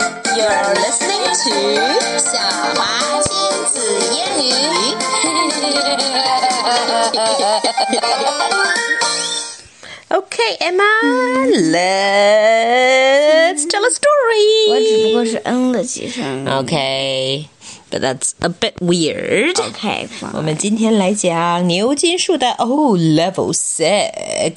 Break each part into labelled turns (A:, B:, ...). A: You're listening to 小华亲子英语。Okay, Emma, let's tell a
B: 我只
A: story.
B: 不过是嗯了几声。
A: Okay, but that's a bit weird.
B: OK，
A: 我们今天来讲牛津树的 O Level Six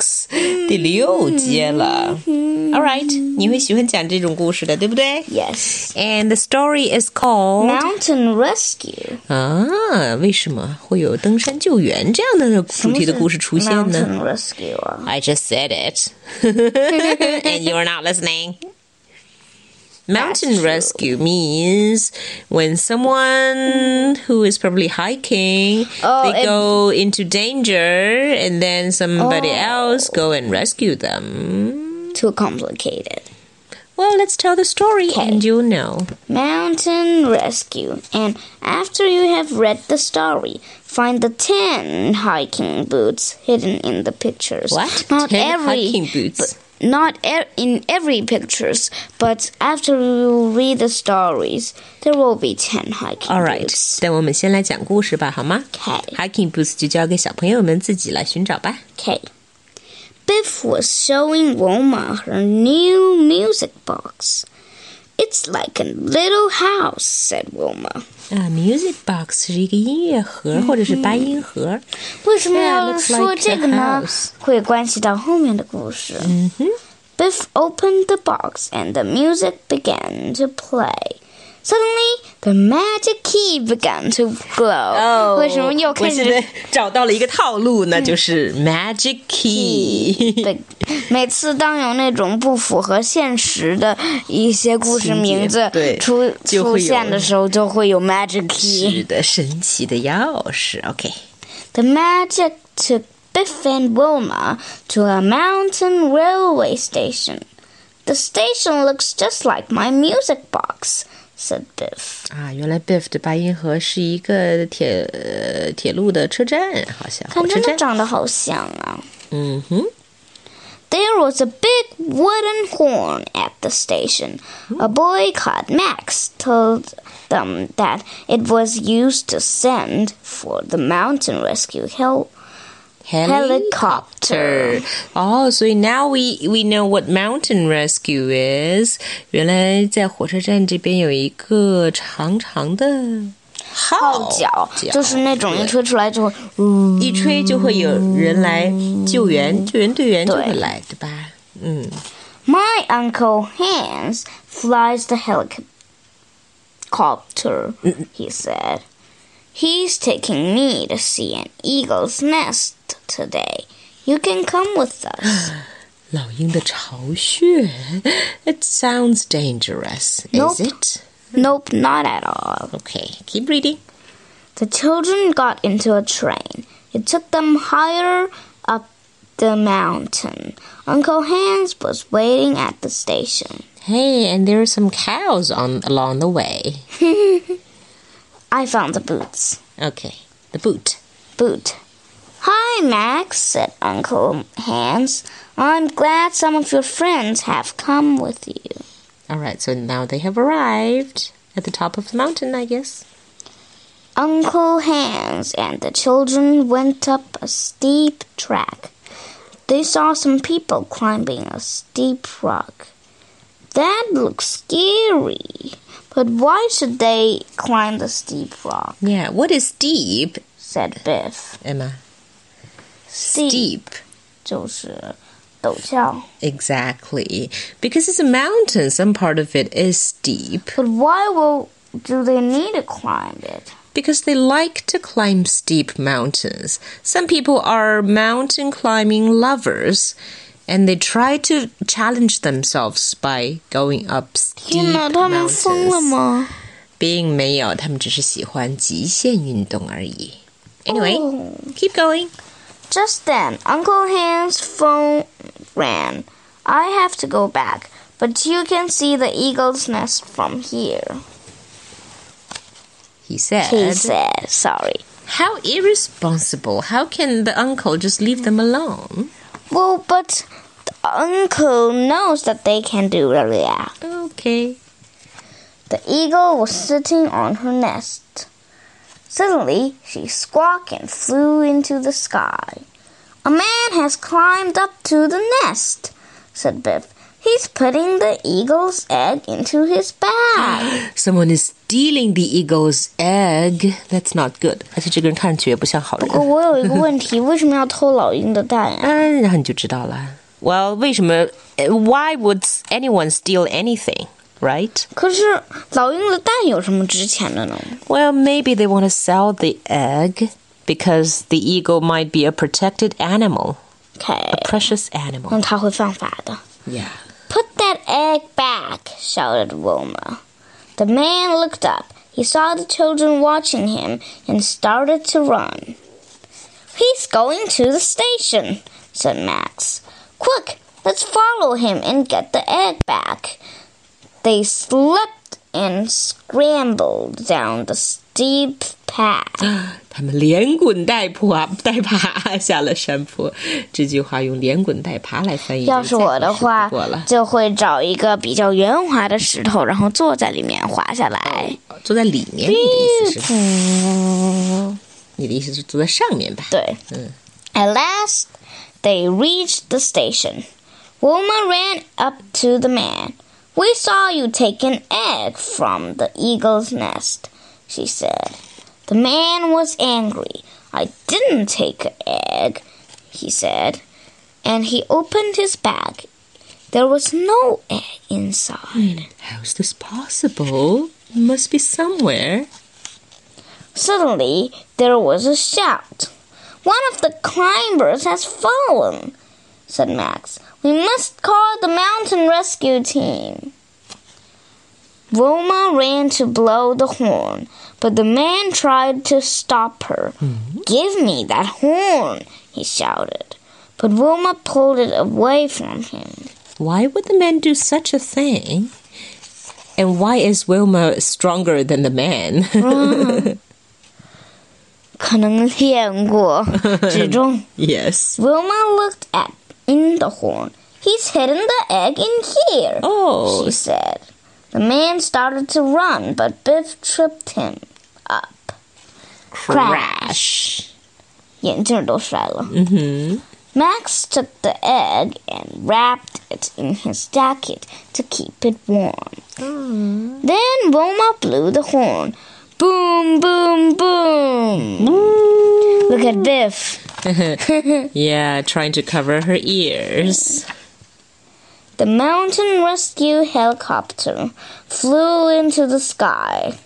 A: 第六阶了。All right，你会喜欢讲这种故事的，对不对
B: Yes。
A: ？And the story is called
B: Mountain Rescue
A: 啊，Ah, 为什么会有登山救援这样的主题的故事出现呢
B: Mountain Rescue 啊，
A: ？I just said it, and you're not listening. Mountain
B: That's true.
A: rescue means when someone who is probably hiking
B: Oh,
A: they
B: it-
A: go into danger and then somebody
B: Oh.
A: else go and rescue them.
B: too complicated.
A: Well, let's tell the story and you'll know.
B: Mountain Rescue. And after you have read the story, find the 10 hiking boots hidden in the pictures.
A: What?
B: Not
A: 10
B: every
A: hiking boots?
B: but not e- in every pictures, but after you read the stories, there will be 10 hiking
A: All right.
B: boots.
A: 等我们先来讲故事吧，好吗
B: Okay.
A: ？Hiking boots 就交给小朋友们自己来寻找吧。
B: Okay. Biff was showing Roma her new music box. It's like a little house, said Wilma.
A: 啊、m u s i c box 是一个音乐盒或者是八音盒。
B: 为什么
A: Yeah,
B: 要
A: looks
B: 说
A: like
B: 这
A: a
B: 个呢
A: house.？Mm-hmm.
B: 会关系到后面的故事。嗯哼。Biff opened the box and the music began to play. Suddenly, the magic key began to glow.
A: Oh,
B: 为什么又
A: 嗯哦
B: 开
A: 我现在
B: 始？
A: 找到了一个套路呢？就是 magic key。
B: 对，每次当有那种不符合现实的一些故事
A: 情节
B: 名字
A: 对
B: 出
A: 就会有
B: 出现的时候，就会有 magic key。
A: 是的，神奇的钥匙。OK，
B: The magic took Biff and Wilma to a mountain railway station. The station looks just like my music box, said Biff.
A: 啊，原来 Biff 的八音盒是一个铁、呃、铁路的车站，好像火车站。
B: 看真的长得好像啊。
A: 嗯哼，
B: There was a big wooden horn at the station. A boy called Max told them that it was used to send for the mountain rescue help. Helicopter.
A: 哦，所以 Oh, now we we know what mountain rescue is。原来在火车站这边有一个长长的号
B: 号
A: Oh,
B: 角就是那种
A: 对
B: 一吹出来之后，
A: 一吹就会有人来救援，救援队员就会来，对吧？嗯
B: My uncle Hans flies the helicopter, he said. He's taking me to see an eagle's nest today. You can come with us.
A: 老鹰的巢穴，It sounds dangerous, is
B: Nope.
A: it?
B: nope, not at all.
A: Okay, keep reading.
B: The children got into a train. It took them higher up the mountain. Uncle Hans was waiting at the station.
A: Hey, and there are some cows on along the way.
B: I found the boots.
A: Okay, the boot.
B: boot. Hi, Max, said Uncle Hans. I'm glad some of your friends have come with you.
A: All right, so now they have arrived at the top of the mountain, I guess.
B: Uncle Hans and the children went up a steep track. They saw some people climbing a steep rock. That looks scary. But why should they climb the steep rock?
A: Yeah, what is steep,
B: said Biff.
A: Emma? Steep.
B: 就是陡峭。
A: Exactly. Because it's a mountain, some part of it is steep.
B: But why will do they need to climb it?
A: because they like to climb steep mountains. Some people are mountain climbing lovers and they try to challenge themselves by going up steep
B: 天哪，他们疯了吗？
A: mountains. 并没有，他们只是喜欢极限运动而已。Anyway, keep going.
B: Just then, Uncle Hans' phone rang. I have to go back, but you can see the eagle's nest from here.
A: He said,
B: He said, sorry.
A: How irresponsible. How can the uncle just leave them alone?
B: Well, but the uncle knows that they can do that.
A: Okay.
B: The eagle was sitting on her nest. Suddenly, she squawked and flew into the sky. A man has climbed up to the nest, said Biff. He's putting the eagle's egg into his bag.
A: Someone is stealing the eagle's egg. That's not good. 而且这个人看上去也不像好人。
B: 不过呃我有一个问题，为什么要偷老鹰的蛋啊呀、
A: 嗯，然后你就知道了。Well，为什么呃？Why would anyone steal anything? Right?
B: 可是老鹰的蛋有什么值钱的呢？
A: Well, maybe they want to sell the egg because the eagle might be a protected animal,
B: Okay.
A: precious animal.
B: 那他会犯法的。
A: Yeah.
B: Put that egg back, shouted Wilma. The man looked up. He saw the children watching him and started to run. He's going to the station, said Max. Quick, let's follow him and get the egg back. They slipped and scrambled down the steep path.
A: 他们连滚带爬，带爬下了山坡。这句话用连滚带爬来翻译，
B: 要是我的
A: 再合适
B: 话
A: 不过了，，
B: 就会找一个比较圆滑的石头，然后坐在里面滑下来。
A: 坐在里面，你的意思是？你的意思是坐在上面吧？
B: 对。At last, they reached the station. Wilma ran up to the man. We saw you take an egg from the eagle's nest, she said. The man was angry. I didn't take an egg, he said. And he opened his bag. There was no egg inside.
A: How's this possible? It must be somewhere.
B: Suddenly, there was a shout. One of the climbers has fallen, said Max. We must call the mountain rescue team. Wilma ran to blow the horn, but the man tried to stop her. Give me that horn, he shouted. But Wilma pulled it away from him.
A: Why would the man do such a thing? And why is Wilma stronger than the man?
B: Mm. 可能练过，只中。
A: yes.
B: Wilma looked at in the horn. He's hidden the egg in here,
A: Oh.
B: she said. The man started to run, but Biff tripped him up.
A: Crash. Mm-hmm.
B: 眼镜都摔了。Max took the egg and wrapped it in his jacket to keep it warm.
A: Mm.
B: Then Wilma blew the horn. Boom, boom, boom. Look at Biff.
A: Yeah, trying to cover her ears.
B: The mountain rescue helicopter flew into the sky.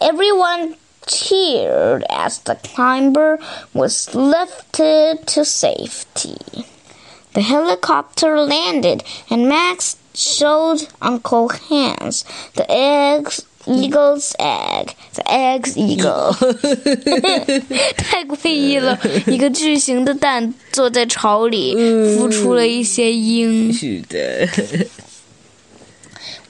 B: Everyone cheered as the climber was lifted to safety. The helicopter landed, and Max showed Uncle Hans the eggs. Eagle's egg, the egg's eagle，太诡异了！一个巨型的蛋坐在巢里，孵出了一些鹰。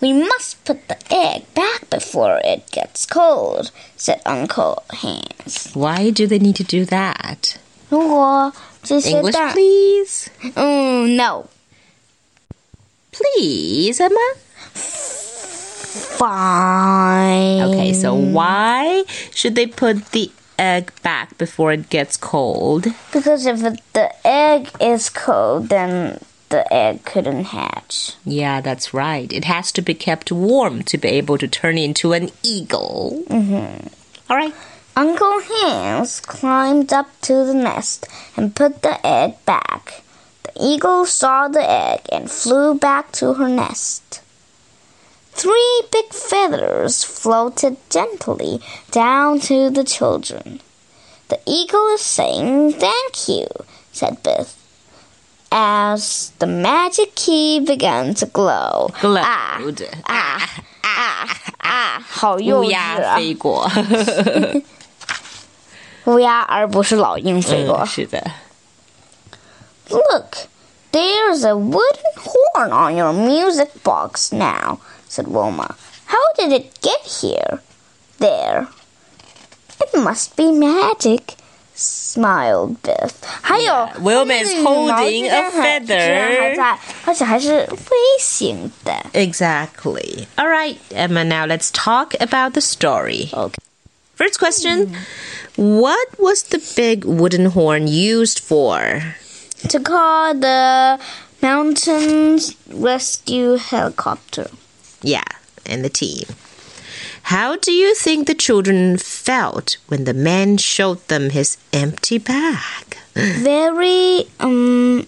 B: We must put the egg back before it gets cold, said Uncle Hans.
A: Why do they need to do that?
B: 如果这些
A: English,
B: 蛋，
A: please.
B: 嗯，no, Mm,
A: Please, Emma.
B: fine.
A: Okay, so why should they put the egg back before it gets cold?
B: Because if it, the egg is cold, then the egg couldn't hatch.
A: Yeah, that's right. It has to be kept warm to be able to turn into an eagle. Mm-hmm. All right.
B: Uncle Hans climbed up to the nest and put the egg back. The eagle saw the egg and flew back to her nest. Three big feathers floated gently down to the children. The eagle is saying thank you, said Biff. As the magic key began to glow.
A: Glowed. Oh,
B: 啊啊啊啊！好幼稚啊！
A: 乌鸦飞过。
B: 乌鸦，而不是老鹰
A: Mm.
B: 飞过。Look, there's a wooden horn on your music box now," said Wilma. "How did it get here? There. It must be magic," smiled Biff. 还有
A: Wilma is holding
B: 它那个毛居然还
A: a
B: 居然还
A: feather
B: 在，而且还是微型的。
A: Exactly. All right, Emma, now let's talk about the story.
B: Okay.
A: First question What was the big wooden horn used for?
B: to call the mountains rescue helicopter.
A: Yeah, and the team. How do you think the children felt when the man showed them his empty bag?
B: Very um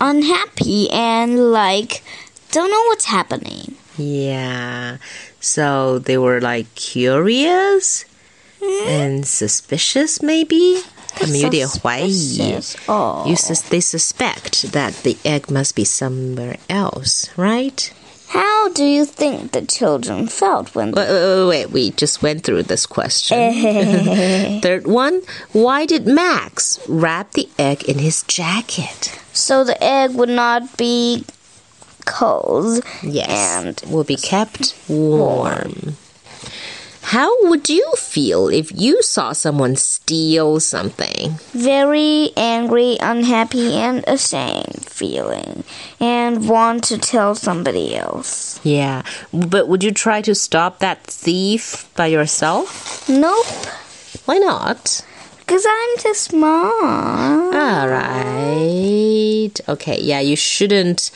B: unhappy and like don't know what's happening.
A: Yeah, so they were like curious and suspicious, maybe? 他们有点怀疑。
B: Suspicious. Oh,
A: You sus they suspect that the egg must be somewhere else, right?
B: how do you think the children felt when?
A: Wait, wait, wait, wait, we just went through this question. Third one, why did Max wrap the egg in his jacket?
B: so the egg would not be cold.
A: Yes,
B: And
A: will be kept warm. How would you feel if you saw someone steal something?
B: very angry, unhappy, and ashamed feeling, and want to tell somebody else.
A: Yeah, but would you try to stop that thief by yourself?
B: Nope.
A: Why not?
B: Because I'm too small.
A: All right. Okay. Yeah, you shouldn't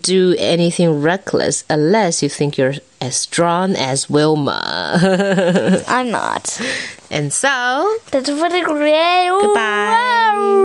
A: do anything reckless unless you think you're as strong as Wilma.
B: I'm not.
A: and so,
B: That's really great.
A: goodbye.